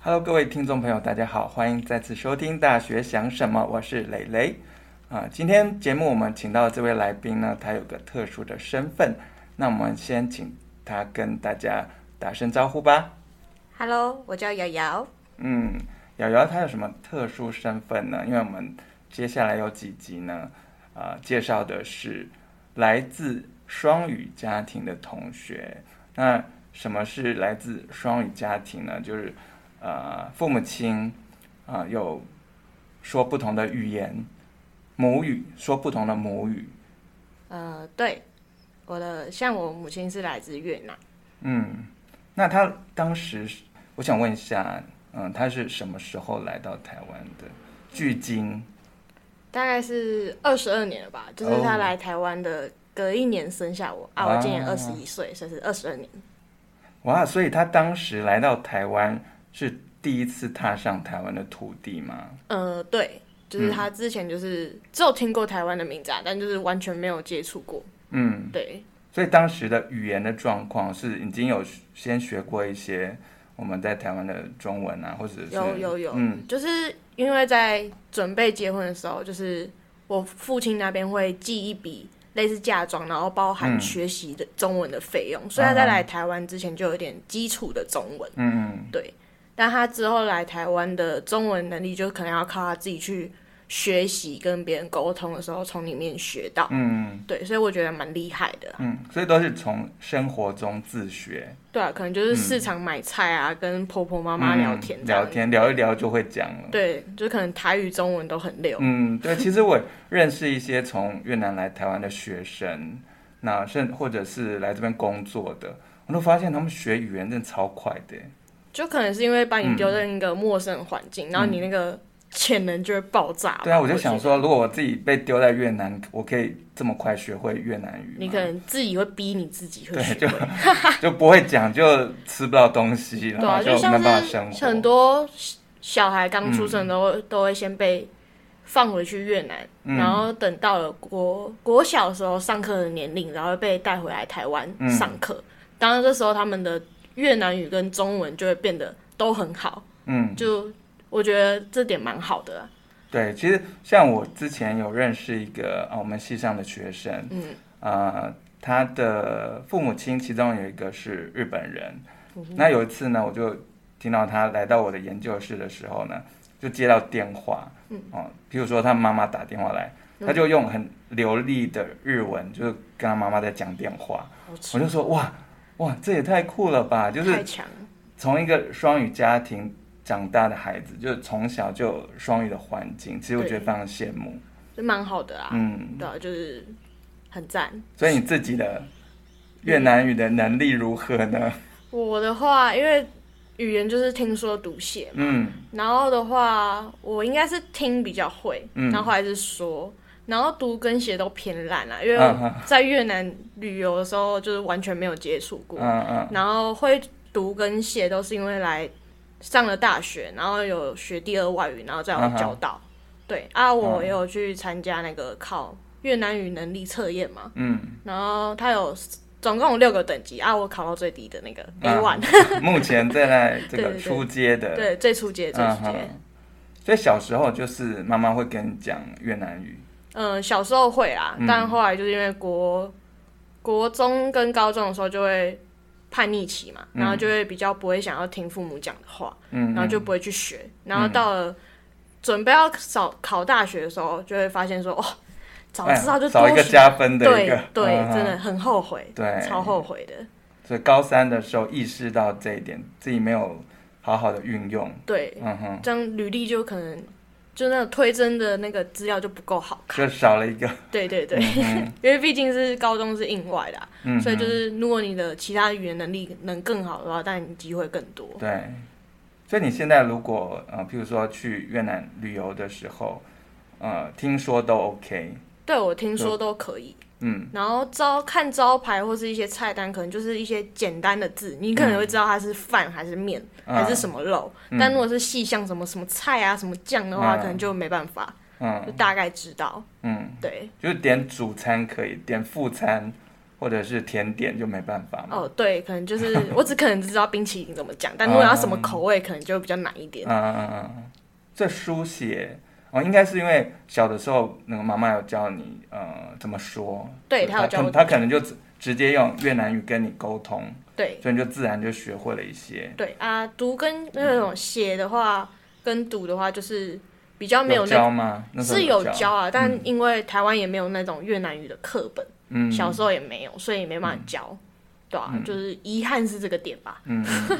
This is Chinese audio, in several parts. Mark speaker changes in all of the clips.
Speaker 1: Hello，各位听众朋友，大家好，欢迎再次收听《大学想什么》，我是蕾蕾。啊、今天节目我们请到的这位来宾呢，他有个特殊的身份，那我们先请他跟大家打声招呼吧。
Speaker 2: Hello，我叫瑶瑶。
Speaker 1: 嗯，瑶瑶她有什么特殊身份呢？因为我们接下来有几集呢，呃，介绍的是来自双语家庭的同学。那什么是来自双语家庭呢？就是呃，父母亲啊、呃有说不同的语言，母语说不同的母语。
Speaker 2: 呃，对，我的像我母亲是来自越南，
Speaker 1: 嗯，那他当时是，我想问一下，嗯，他是什么时候来到台湾的？距今
Speaker 2: 大概是二十二年了吧，就是她来台湾的隔一年生下我啊，我今年
Speaker 1: 啊
Speaker 2: 二十一岁，所以是二十二年。
Speaker 1: 哇，所以他当时来到台湾是第一次踏上台湾的土地吗？
Speaker 2: 呃，对，就是她之前就是、只有听过台湾的名字啊，但就是完全没有接触过。
Speaker 1: 嗯，
Speaker 2: 对，
Speaker 1: 所以当时的语言的状况是已经有先学过一些我们在台湾的中文啊，或者是
Speaker 2: 有有有，
Speaker 1: 嗯
Speaker 2: 就是因为在准备结婚的时候，就是我父亲那边会寄一笔类似嫁妆，然后包含
Speaker 1: 嗯
Speaker 2: 学习的中文的费用，所以他在来台湾之前就有点基础的中文，
Speaker 1: 嗯
Speaker 2: 对。但他之后来台湾的中文能力，就可能要靠他自己去学习跟别人沟通的时候，从里面学到。
Speaker 1: 嗯
Speaker 2: 对，所以我觉得蛮厉害的。
Speaker 1: 嗯，所以都是从生活中自学，
Speaker 2: 对啊，可能就是市场买菜啊，跟婆婆妈
Speaker 1: 妈
Speaker 2: 妈聊天这
Speaker 1: 嗯
Speaker 2: 样
Speaker 1: 聊。天聊一聊就会讲了。
Speaker 2: 对，就可能台语、中文都很溜。
Speaker 1: 嗯，对，其实我认识一些从越南来台湾的学生，那甚或者是来这边工作的，我都发现他们学语言真的超快的耶。
Speaker 2: 就可能是因为把
Speaker 1: 嗯
Speaker 2: 你丢在一个陌生的环境，然后你那个潜能就会爆炸吧。
Speaker 1: 对啊，我
Speaker 2: 或
Speaker 1: 就
Speaker 2: 者是
Speaker 1: 想，说，如果我自己被丢在越南，我可以这么快学会越南语吗？
Speaker 2: 你可能自己会逼你自己会
Speaker 1: 对
Speaker 2: 学，
Speaker 1: 就 就不会讲，就吃不到东西，然
Speaker 2: 对啊，
Speaker 1: 后
Speaker 2: 就
Speaker 1: 没
Speaker 2: 像
Speaker 1: 办法生
Speaker 2: 是
Speaker 1: 活。嗯
Speaker 2: 很多小孩刚出生都会、都会先被放回去越南，
Speaker 1: 嗯
Speaker 2: 然后等到了国国小的时候上课的年龄，然后被带回来台湾
Speaker 1: 嗯
Speaker 2: 上课。当然，这时候他们的越南语跟中文就会变得都很好，
Speaker 1: 嗯，
Speaker 2: 就我觉得这点蛮好的啊、
Speaker 1: 对，其实像我之前有认识一个啊、我们系上的学生，
Speaker 2: 嗯，
Speaker 1: 呃，他的父母亲其中有一个是日本人。那有一次呢，我就听到他来到我的研究室的时候呢，就接到电话，嗯，哦，比如说他妈妈打电话来，他就用很流利的日文，就是跟他妈妈在讲电话。
Speaker 2: 好吃
Speaker 1: 我就说哇哇，这也太酷了吧！就是
Speaker 2: 太强了。
Speaker 1: 从一个双语家庭长大的孩子，就是从小就有双语的环境，其实我觉得非常羡慕。
Speaker 2: 就蛮好的啊，
Speaker 1: 嗯，
Speaker 2: 对啊，就是很赞。
Speaker 1: 所以你自己的越南语的能力如何呢？
Speaker 2: 我的话，因为语言就是听说读写，
Speaker 1: 嗯
Speaker 2: 然后的话，我应该是听比较会，
Speaker 1: 嗯
Speaker 2: 然后还是说，然后读跟写都偏烂啦、因
Speaker 1: 嗯
Speaker 2: 为
Speaker 1: 嗯
Speaker 2: 在越南旅游的时候就是完全没有接触过，
Speaker 1: 嗯嗯
Speaker 2: 然后会读跟写都是因为来上了大学，然后有学第二外语，然后再有教导。对啊，我也有去参加那个考越南语能力测验嘛，
Speaker 1: 嗯
Speaker 2: 然后它有 s- 总共有六个等级啊，我考到最低的那个 A
Speaker 1: 嗯
Speaker 2: one，、
Speaker 1: 嗯，目前正在这
Speaker 2: 对
Speaker 1: 个
Speaker 2: 对对
Speaker 1: 初阶的，
Speaker 2: 对，最初阶最
Speaker 1: 嗯
Speaker 2: 初阶
Speaker 1: 哼。。所以小时候就是妈妈会跟你讲越南语，
Speaker 2: 嗯、小时候会啊，
Speaker 1: 嗯
Speaker 2: 但后来就是因为国国中跟高中的时候就会叛逆期嘛，
Speaker 1: 嗯
Speaker 2: 然后就会比较不会想要听父母讲的话，
Speaker 1: 嗯，
Speaker 2: 然后就不会去学，然后到了准备要考考大学的时候，就会发现说哦，早知道就
Speaker 1: 哎少
Speaker 2: 多
Speaker 1: 一个
Speaker 2: 学，
Speaker 1: 加分的一
Speaker 2: 对
Speaker 1: 个，
Speaker 2: 对，
Speaker 1: 嗯哼
Speaker 2: 真的很后悔，
Speaker 1: 对
Speaker 2: 超后悔的。
Speaker 1: 所以高三的时候意识到这一点，自己没有好好的运用。
Speaker 2: 对，
Speaker 1: 嗯哼，
Speaker 2: 这样履历就可能就那个推甄的那个资料就不够好看。
Speaker 1: 就少了一个，
Speaker 2: 对对对，
Speaker 1: 嗯
Speaker 2: 因为毕竟是高中是硬外的啊、
Speaker 1: 嗯，
Speaker 2: 所以就是如果你的其他语言能力能更好的话，但你机会更多。
Speaker 1: 对。所以你现在如果呃，譬如说去越南旅游的时候，呃，听说都 OK，
Speaker 2: 对我听说都可以。
Speaker 1: 嗯
Speaker 2: 然后招看招牌或是一些菜单，可能就是一些简单的字，你可能会知道它是饭还是面、
Speaker 1: 嗯
Speaker 2: 还是什么肉。
Speaker 1: 嗯
Speaker 2: 但如果是细项什么什么菜啊什么酱的话，
Speaker 1: 嗯
Speaker 2: 可能就没办法，就
Speaker 1: 嗯
Speaker 2: 大概知道。
Speaker 1: 嗯，
Speaker 2: 对
Speaker 1: 就是点主餐可以，点副餐或者是甜点就没办法嘛。
Speaker 2: 哦，对，可能就是我只可能只知道冰淇淋怎么讲，但如果要
Speaker 1: 啊
Speaker 2: 什么口味，可能就比较难一点
Speaker 1: 嗯。嗯嗯嗯嗯，这书写哦，应该是因为小的时候那个妈妈有教你呃怎么说，
Speaker 2: 对
Speaker 1: 就
Speaker 2: 她有教我
Speaker 1: 她可能就直直接用越南语跟你沟通，
Speaker 2: 对
Speaker 1: 所以你就自然就学会了一些。
Speaker 2: 对啊，读跟那种写的话，跟读的话就是比较没有那
Speaker 1: 教吗？那时候
Speaker 2: 是有
Speaker 1: 教，
Speaker 2: 教啊，但因为台湾也没有那种越南语的课本，
Speaker 1: 嗯，
Speaker 2: 小时候也没有，所以也没办法教。对啊，就是遗憾是这个点吧。
Speaker 1: 嗯，嗯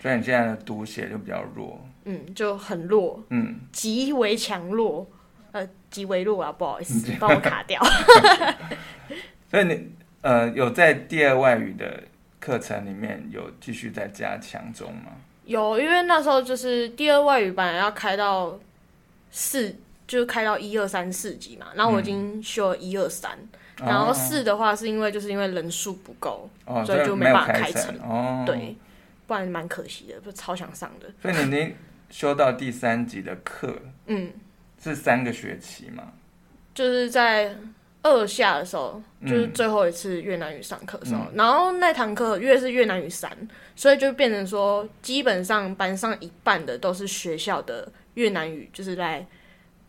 Speaker 1: 所以你现在的读写就比较弱，
Speaker 2: 嗯，就很弱，
Speaker 1: 嗯，
Speaker 2: 极为强弱，呃，极为弱啊，不好意
Speaker 1: 嗯
Speaker 2: 思，帮我卡掉。
Speaker 1: 所以你呃有在第二外语的课程里面有继续在加强中吗？
Speaker 2: 有，因为那时候就是第二外语本来要开到四，就是开到一二三四级嘛，然后我
Speaker 1: 嗯
Speaker 2: 已经修了一二三，然后
Speaker 1: 哦
Speaker 2: 四的话是因为就是因为人数不够，
Speaker 1: 哦，
Speaker 2: 所以就
Speaker 1: 没
Speaker 2: 没
Speaker 1: 有
Speaker 2: 办法开
Speaker 1: 成哦。，
Speaker 2: 对，不然蛮可惜的，就超想上的。
Speaker 1: 所以你已经修到第三级的课
Speaker 2: 嗯，
Speaker 1: 是三个学期嘛？
Speaker 2: 就是在二下的时候，
Speaker 1: 嗯
Speaker 2: 就是最后一次越南语上课的时候，然后那堂课因为是越南语三，所以就变成说，基本上班上一半的都是学校的越南语，就是来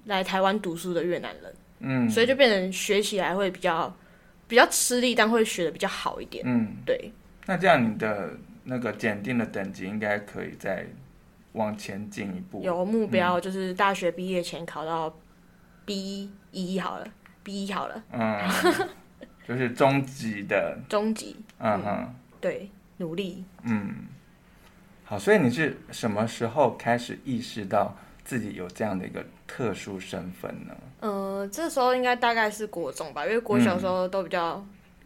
Speaker 2: 来台湾读书的越南人，
Speaker 1: 嗯，
Speaker 2: 所以就变成学起来会比较比较吃力，但会学的比较好一点。
Speaker 1: 嗯，
Speaker 2: 对，
Speaker 1: 那这样你的那个检定的等级应该可以再往前进一步。
Speaker 2: 有目标就是大学毕业前考到 B 一好了，B 一好了，
Speaker 1: 嗯，就是中级的，
Speaker 2: 中级，
Speaker 1: 嗯哼，
Speaker 2: 对，努力。
Speaker 1: 嗯，好，所以你是什么时候开始意识到自己有这样的一个特殊身份呢？
Speaker 2: 呃，这时候应该大概是国中吧，因为国小时候都比较、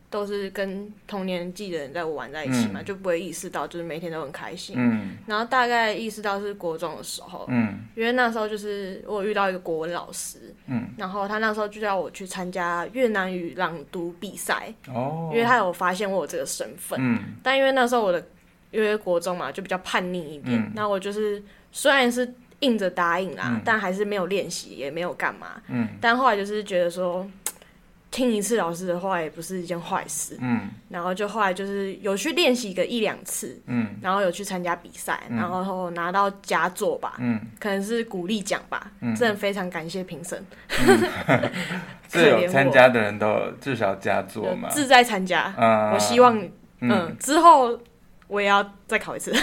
Speaker 2: 都是跟同年纪的人在玩在一起嘛，就不会意识到就是每天都很开心。
Speaker 1: 嗯
Speaker 2: 然后大概意识到是国中的时候，
Speaker 1: 嗯
Speaker 2: 因为那时候就是我遇到一个国文老师，
Speaker 1: 嗯，
Speaker 2: 然后他那时候就叫我去参加越南语朗读比赛，
Speaker 1: 哦，
Speaker 2: 因为他有发现我有这个身份。
Speaker 1: 嗯
Speaker 2: 但因为那时候我的因为国中嘛，就比较叛逆一点
Speaker 1: 嗯，
Speaker 2: 那、我就是虽然是硬着答应啦，
Speaker 1: 嗯
Speaker 2: 但还是没有练习，也没有干嘛。
Speaker 1: 嗯
Speaker 2: 但后来就是觉得说，听一次老师的话也不是一件坏事，
Speaker 1: 嗯
Speaker 2: 然后就后来就是有去练习个一两次，
Speaker 1: 嗯
Speaker 2: 然后有去参加比赛，
Speaker 1: 嗯
Speaker 2: 然后拿到佳作吧，
Speaker 1: 嗯，
Speaker 2: 可能是鼓励奖吧，
Speaker 1: 嗯
Speaker 2: 真的非常感谢评审，可
Speaker 1: 是
Speaker 2: 怜
Speaker 1: 有参加的人都有至少佳作
Speaker 2: 我
Speaker 1: 嘛？
Speaker 2: 志在参加，
Speaker 1: 嗯，
Speaker 2: 我希望嗯
Speaker 1: 嗯，
Speaker 2: 之后我也要再考一次，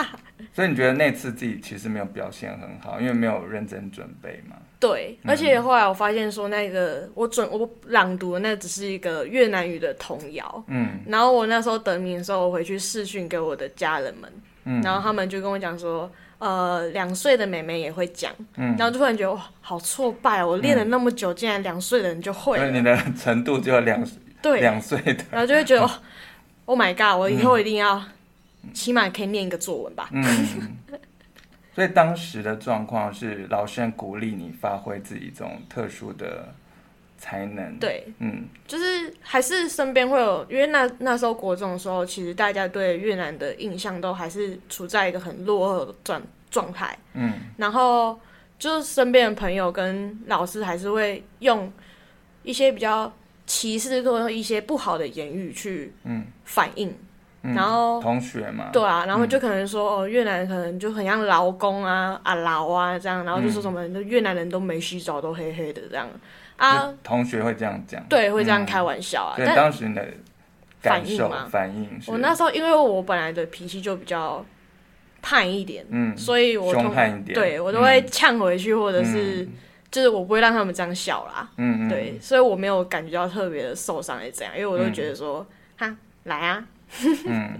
Speaker 1: 所以你觉得那次自己其实没有表现很好，因为没有认真准备嘛？
Speaker 2: 对，
Speaker 1: 嗯
Speaker 2: 而且后来我发现说那个我准我朗读的那只是一个越南语的童谣。
Speaker 1: 嗯
Speaker 2: 然后我那时候得名的时候，我回去视讯给我的家人们，
Speaker 1: 嗯
Speaker 2: 然后他们就跟我讲说，呃，两岁的妹妹也会讲，
Speaker 1: 嗯，
Speaker 2: 然后就突然觉得哇，好挫败哦！我练了那么久，竟然两岁的人就会
Speaker 1: 所以
Speaker 2: 了，
Speaker 1: 你的 程度只有两
Speaker 2: 对，
Speaker 1: 两岁的，
Speaker 2: 然后就会觉得
Speaker 1: 嗯
Speaker 2: 哇，Oh my god！我以后一定要，起码可以念一个作文吧。
Speaker 1: 嗯。所以当时的状况是，老师很鼓励你发挥自己这种特殊的才能。，
Speaker 2: 对，
Speaker 1: 嗯
Speaker 2: 就是还是身边会有，因为那那时候国中的时候，其实大家对越南的印象都还是处在一个很落后的状状态。
Speaker 1: 嗯
Speaker 2: 然后就是身边的朋友跟老师还是会用一些比较歧视或者一些不好的言语去
Speaker 1: 嗯
Speaker 2: 反应，
Speaker 1: 嗯。
Speaker 2: 然后
Speaker 1: 同学嘛，
Speaker 2: 对啊，
Speaker 1: 嗯
Speaker 2: 然后就可能说、哦，越南人可能就很像劳工啊、啊劳啊这样，然后就说什么、越南人都没洗澡，都黑黑的这样啊，
Speaker 1: 就同学会这样讲。
Speaker 2: 对，会这样
Speaker 1: 嗯
Speaker 2: 开玩笑啊，
Speaker 1: 所以
Speaker 2: 但。
Speaker 1: 当时你的感受
Speaker 2: 反应吗
Speaker 1: 反应是，
Speaker 2: 我那时候因为我本来的脾气就比较叛一点，
Speaker 1: 嗯
Speaker 2: 所以我
Speaker 1: 凶
Speaker 2: 通
Speaker 1: 悍一点
Speaker 2: 对我都
Speaker 1: 嗯
Speaker 2: 会呛回去，或者是、就是我不会让他们这样笑啦。
Speaker 1: 嗯嗯，
Speaker 2: 对，所以我没有感觉到特别的受伤，还是怎样，因为我都
Speaker 1: 嗯
Speaker 2: 觉得说，哈，来啊，
Speaker 1: 嗯，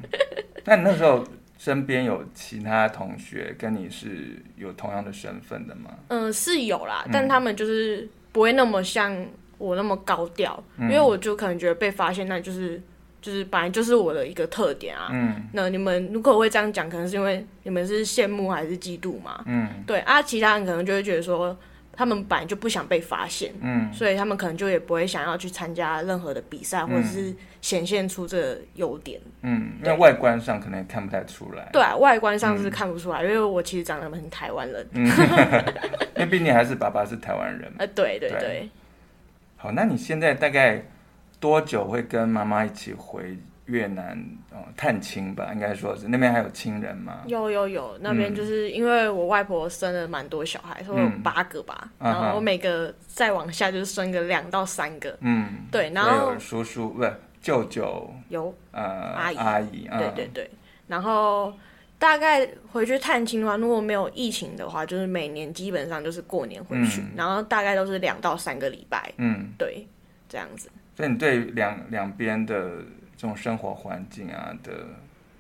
Speaker 1: 那你那时候身边有其他同学跟你是有同样的身份的吗？
Speaker 2: 嗯，是有啦，但他们就是不会那么像我那么高调，
Speaker 1: 嗯
Speaker 2: 因为我就可能觉得被发现，那就是就是本来就是我的一个特点啊。
Speaker 1: 嗯
Speaker 2: 那你们如果会这样讲，可能是因为你们是羡慕还是嫉妒嘛？
Speaker 1: 嗯
Speaker 2: 对啊，其他人可能就会觉得说，他们本来就不想被发现，
Speaker 1: 嗯
Speaker 2: 所以他们可能就也不会想要去参加任何的比赛，或者是显现出这个优点。
Speaker 1: 嗯，因为外观上可能也看不太出来，
Speaker 2: 对、啊，外观
Speaker 1: 嗯
Speaker 2: 上是看不出来，因为我其实长得很台湾人。
Speaker 1: 因为毕竟还是爸爸是台湾人嘛。
Speaker 2: 呃，对对
Speaker 1: 对
Speaker 2: 对，
Speaker 1: 好，那你现在大概多久会跟妈妈一起回越南呃探亲吧？应该说是那边还有亲人吗？
Speaker 2: 有有有，那边就是因为我外婆生了蛮多小孩，所以我有八个吧，
Speaker 1: 嗯嗯
Speaker 2: 然
Speaker 1: 啊哈
Speaker 2: 后我每个再往下就是生个两到三个，
Speaker 1: 嗯，
Speaker 2: 对，然
Speaker 1: 所以
Speaker 2: 后
Speaker 1: 有叔叔不是舅舅
Speaker 2: 有，
Speaker 1: 呃
Speaker 2: 阿姨
Speaker 1: 阿姨啊，
Speaker 2: 对对对，然后大概回去探亲的话，如果没有疫情的话，就是每年基本上就是过年回去，
Speaker 1: 嗯
Speaker 2: 然后大概都是两到三个礼拜，
Speaker 1: 嗯，
Speaker 2: 对，这样子。
Speaker 1: 所以你对两两边的这种生活环境啊的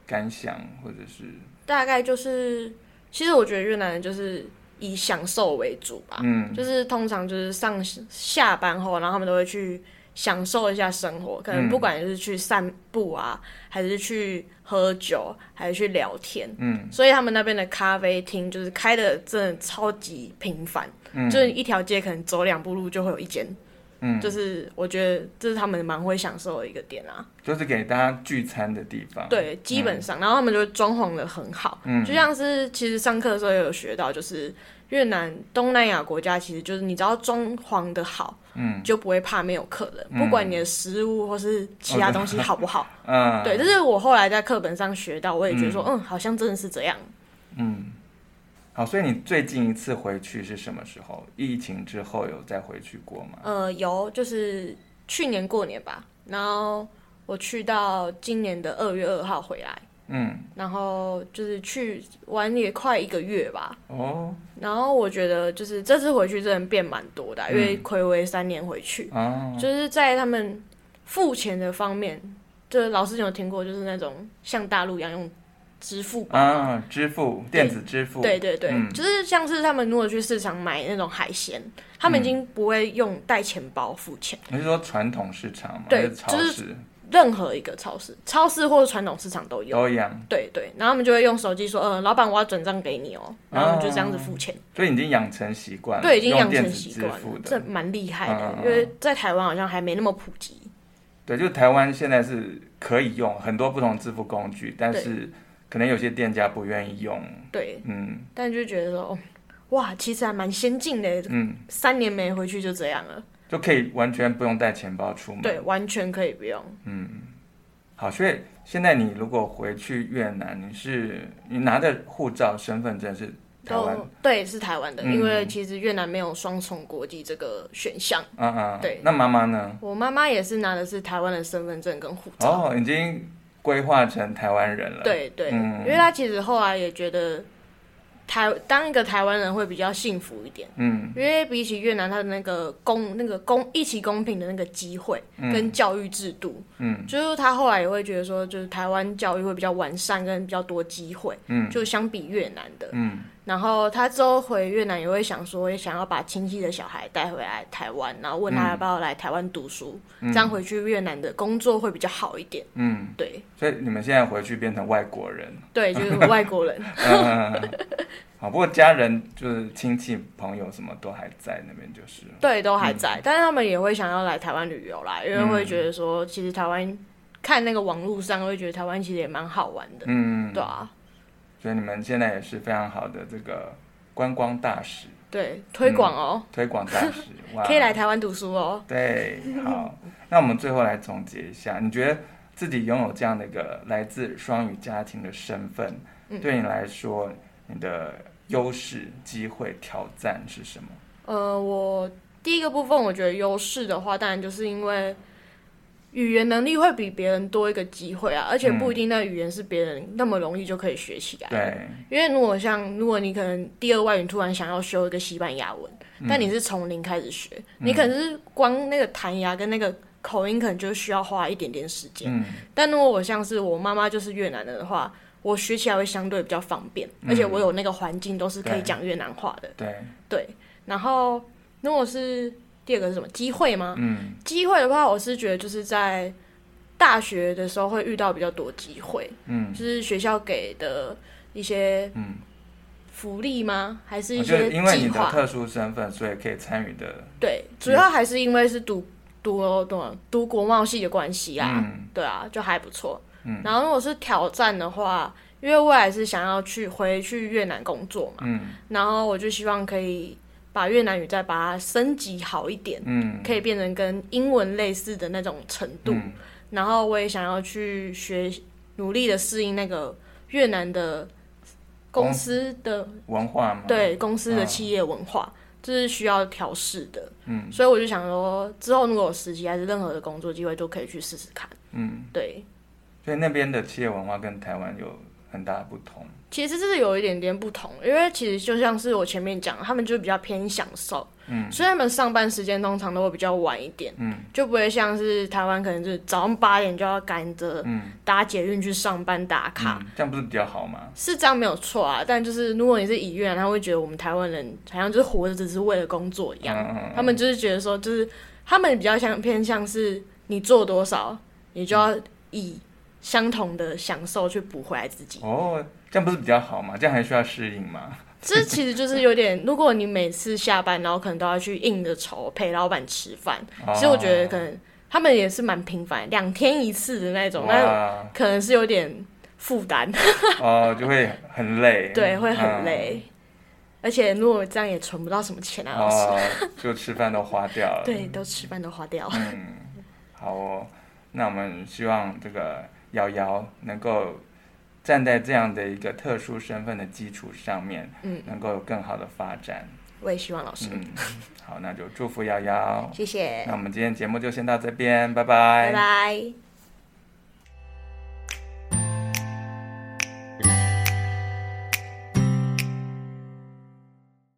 Speaker 1: 感想，或者是
Speaker 2: 大概就是，其实我觉得越南人就是以享受为主吧，
Speaker 1: 嗯
Speaker 2: 就是通常就是上下班后，然后他们都会去享受一下生活，可能
Speaker 1: 嗯
Speaker 2: 不管是去散步啊，还是去喝酒，还是去聊天。
Speaker 1: 嗯
Speaker 2: 所以他们那边的咖啡厅就是开的真的超级频繁，
Speaker 1: 嗯
Speaker 2: 就是一条街可能走两步路就会有一间，
Speaker 1: 嗯，
Speaker 2: 就是我觉得这是他们蛮会享受的一个点啊。
Speaker 1: 就是给大家聚餐的地方，，
Speaker 2: 对，基本上，然后他们就装潢的很好，
Speaker 1: 嗯
Speaker 2: 就像是其实上课的时候也有学到，就是越南东南亚国家，其实就是你只要装潢的好，
Speaker 1: 嗯
Speaker 2: 就不会怕没有客人，
Speaker 1: 嗯哦
Speaker 2: 不管你的食物或是其他东西好不好，
Speaker 1: 嗯，
Speaker 2: 对，这是我后来在课本上学到，我也觉得说，嗯，好像真的是这样。
Speaker 1: 嗯，好，所以你最近一次回去是什么时候？疫情之后有再回去过吗？
Speaker 2: 呃，有就是去年过年吧，然后我去到今年的二月二号回来，
Speaker 1: 嗯，
Speaker 2: 然后就是去玩也快一个月吧，
Speaker 1: 哦，
Speaker 2: 然后我觉得就是这次回去真的变蛮多的啊、因
Speaker 1: 嗯
Speaker 2: 为暌违三年回去，
Speaker 1: 啊，
Speaker 2: 就是在他们付钱的方面，就是老师你有听过，就是那种像大陆一样用支付宝。
Speaker 1: 啊，支付，电子支付，
Speaker 2: 对对对，
Speaker 1: 嗯
Speaker 2: 就是像是他们如果去市场买那种海鲜，他们已经不会用带钱包付钱，
Speaker 1: 你是说传统市场吗？
Speaker 2: 对
Speaker 1: 还是超
Speaker 2: 就是
Speaker 1: 市
Speaker 2: 任何一个超市、超市或者传统市场都有。
Speaker 1: 都一样，
Speaker 2: 对对，然后他们就会用手机说，呃，老板我要转账给你哦，然后他们就这样子付钱。
Speaker 1: 所以你已经养成习惯了，
Speaker 2: 对，已经
Speaker 1: 呃用
Speaker 2: 养成
Speaker 1: 电子
Speaker 2: 习
Speaker 1: 支
Speaker 2: 惯
Speaker 1: 付
Speaker 2: 了，
Speaker 1: 的
Speaker 2: 这，蛮厉害的，
Speaker 1: 嗯嗯嗯
Speaker 2: 因为在台湾好像还没那么普及。
Speaker 1: 对，就台湾现在是可以用很多不同支付工具，但
Speaker 2: 对
Speaker 1: 是可能有些店家不愿意用，
Speaker 2: 对，
Speaker 1: 嗯
Speaker 2: 但就觉得说，哦哇，其实还蛮先进的，
Speaker 1: 嗯，
Speaker 2: 三年没回去就这样了。
Speaker 1: 就可以完全不用带钱包出门。
Speaker 2: 对，完全可以不用。
Speaker 1: 好，所以现在你如果回去越南，你是你拿着护照、身份证是台湾，
Speaker 2: 都对，是台湾的，
Speaker 1: 嗯
Speaker 2: 因为其实越南没有双重国籍这个选项。
Speaker 1: 嗯嗯，
Speaker 2: 对
Speaker 1: 那妈妈呢？
Speaker 2: 我妈妈也是拿的是台湾的身份证跟护照。
Speaker 1: 哦，已经规划成台湾人了。，
Speaker 2: 对对，
Speaker 1: 嗯
Speaker 2: 因为她其实后来也觉得台当一个台湾人会比较幸福一点。
Speaker 1: 嗯
Speaker 2: 因为比起越南，它的那个公那个公一起公平的那个机会跟教育制度，
Speaker 1: 嗯
Speaker 2: 就是他后来也会觉得说，就是台湾教育会比较完善，跟比较多机会，
Speaker 1: 嗯
Speaker 2: 就相比越南的。
Speaker 1: 嗯
Speaker 2: 然后他之后回越南也会想说，也想要把亲戚的小孩带回来台湾，然后问他要不要来台湾读书，这样回去越南的工作会比较好一点。
Speaker 1: 嗯，
Speaker 2: 对
Speaker 1: 所以你们现在回去变成外国人，
Speaker 2: 对，就是外国人。
Speaker 1: 嗯， 好，不过家人就是亲戚朋友什么都还在那边，就是
Speaker 2: 对，都还
Speaker 1: 嗯
Speaker 2: 在，但是他们也会想要来台湾旅游啦，因为会觉得说，其实台湾看那个网络上会觉得台湾其实也蛮好玩的，
Speaker 1: 嗯，
Speaker 2: 对啊，
Speaker 1: 所以你们现在也是非常好的这个观光大使、
Speaker 2: 对，推广哦、
Speaker 1: 推广大 使，哇，
Speaker 2: 可以来台湾读书哦、
Speaker 1: 对，好，那我们最后来总结一下，你觉得自己拥有这样的一个来自双语家庭的身份，
Speaker 2: 嗯
Speaker 1: 对你来说，你的优势、机会、挑战是什么？
Speaker 2: 呃，我第一个部分我觉得优势的话，当然就是因为语言能力会比别人多一个机会
Speaker 1: 嗯
Speaker 2: 啊，而且不一定那语言是别人那么容易就可以学起来的。
Speaker 1: 对，
Speaker 2: 因为如果像如果你可能第二外语突然想要修一个西班牙文，
Speaker 1: 嗯
Speaker 2: 但你是从零开始学，你可能是光那个弹牙跟那个口音，可能就需要花一点点时间。
Speaker 1: 嗯
Speaker 2: 但如果我像是我妈妈就是越南人的话，我学起来会相对比较方便，
Speaker 1: 嗯
Speaker 2: 而且我有那个环境都是可以
Speaker 1: 对
Speaker 2: 讲越南话的。
Speaker 1: 对，
Speaker 2: 对，然后如果是第二个是什么机会吗？
Speaker 1: 嗯
Speaker 2: 机会的话，我是觉得就是在大学的时候会遇到比较多机会，
Speaker 1: 嗯
Speaker 2: 就是学校给的一些
Speaker 1: 嗯，
Speaker 2: 福利吗？还是一
Speaker 1: 我觉
Speaker 2: 些
Speaker 1: 得因为
Speaker 2: 计
Speaker 1: 你的
Speaker 2: 划？
Speaker 1: 特殊身份，所以可以参与的，
Speaker 2: 对，
Speaker 1: 嗯
Speaker 2: 主要还是因为是读读读读国贸系的关系啦，
Speaker 1: 嗯
Speaker 2: 对啊，就还不错。
Speaker 1: 嗯
Speaker 2: 然后如果是挑战的话，因为未来是想要去回去越南工作嘛，
Speaker 1: 嗯
Speaker 2: 然后我就希望可以把越南语再把它升级好一点，
Speaker 1: 嗯
Speaker 2: 可以变成跟英文类似的那种程度。
Speaker 1: 嗯
Speaker 2: 然后我也想要去学，努力的适应那个越南的公司的、
Speaker 1: 文化嘛，，
Speaker 2: 对公司的
Speaker 1: 嗯
Speaker 2: 企业文化，这、是需要调试的。
Speaker 1: 嗯
Speaker 2: 所以我就想说，之后如果有实习还是任何的工作机会，都可以去试试看。
Speaker 1: 嗯，
Speaker 2: 对，
Speaker 1: 所以那边的企业文化跟台湾有很大的不同，
Speaker 2: 其实这是有一点点不同，因为其实就像是我前面讲，他们就比较偏享受，
Speaker 1: 嗯
Speaker 2: 所以他们上班时间通常都会比较晚一点，
Speaker 1: 嗯
Speaker 2: 就不会像是台湾可能就是早上八点就要赶着
Speaker 1: 嗯，
Speaker 2: 搭捷运去上班打卡。
Speaker 1: 嗯这样不是比较好吗？
Speaker 2: 是这样没有错啊，但就是如果你是以越南，他会觉得我们台湾人好像就是活着只是为了工作一样，
Speaker 1: 嗯嗯
Speaker 2: 他们就是觉得说，就是他们比较像偏向是你做多少，你就要以相同的享受去补回来自己。
Speaker 1: 哦，这样不是比较好吗？这样还需要适应吗？
Speaker 2: 这其实就是有点，如果你每次下班然后可能都要去应着酬陪老板吃饭，
Speaker 1: 哦
Speaker 2: 其实我觉得可能他们也是蛮频繁，两天一次的那种，
Speaker 1: 哦
Speaker 2: 那
Speaker 1: 哇
Speaker 2: 可能是有点负担，
Speaker 1: 哦，就会很累，
Speaker 2: 对，会
Speaker 1: 嗯
Speaker 2: 很累。而且如果这样也存不到什么钱啊，老师，
Speaker 1: 哦，就吃饭都花掉了。
Speaker 2: 对，都吃饭都花掉。
Speaker 1: 嗯，好哦，那我们希望这个瑶瑶能够站在这样的一个特殊身份的基础上面，
Speaker 2: 嗯，
Speaker 1: 能够有更好的发展。
Speaker 2: 我也希望老师，
Speaker 1: 嗯，好，那就祝福瑶瑶。
Speaker 2: 谢谢
Speaker 1: 那，我们今天节目就先到这边，
Speaker 2: 拜拜。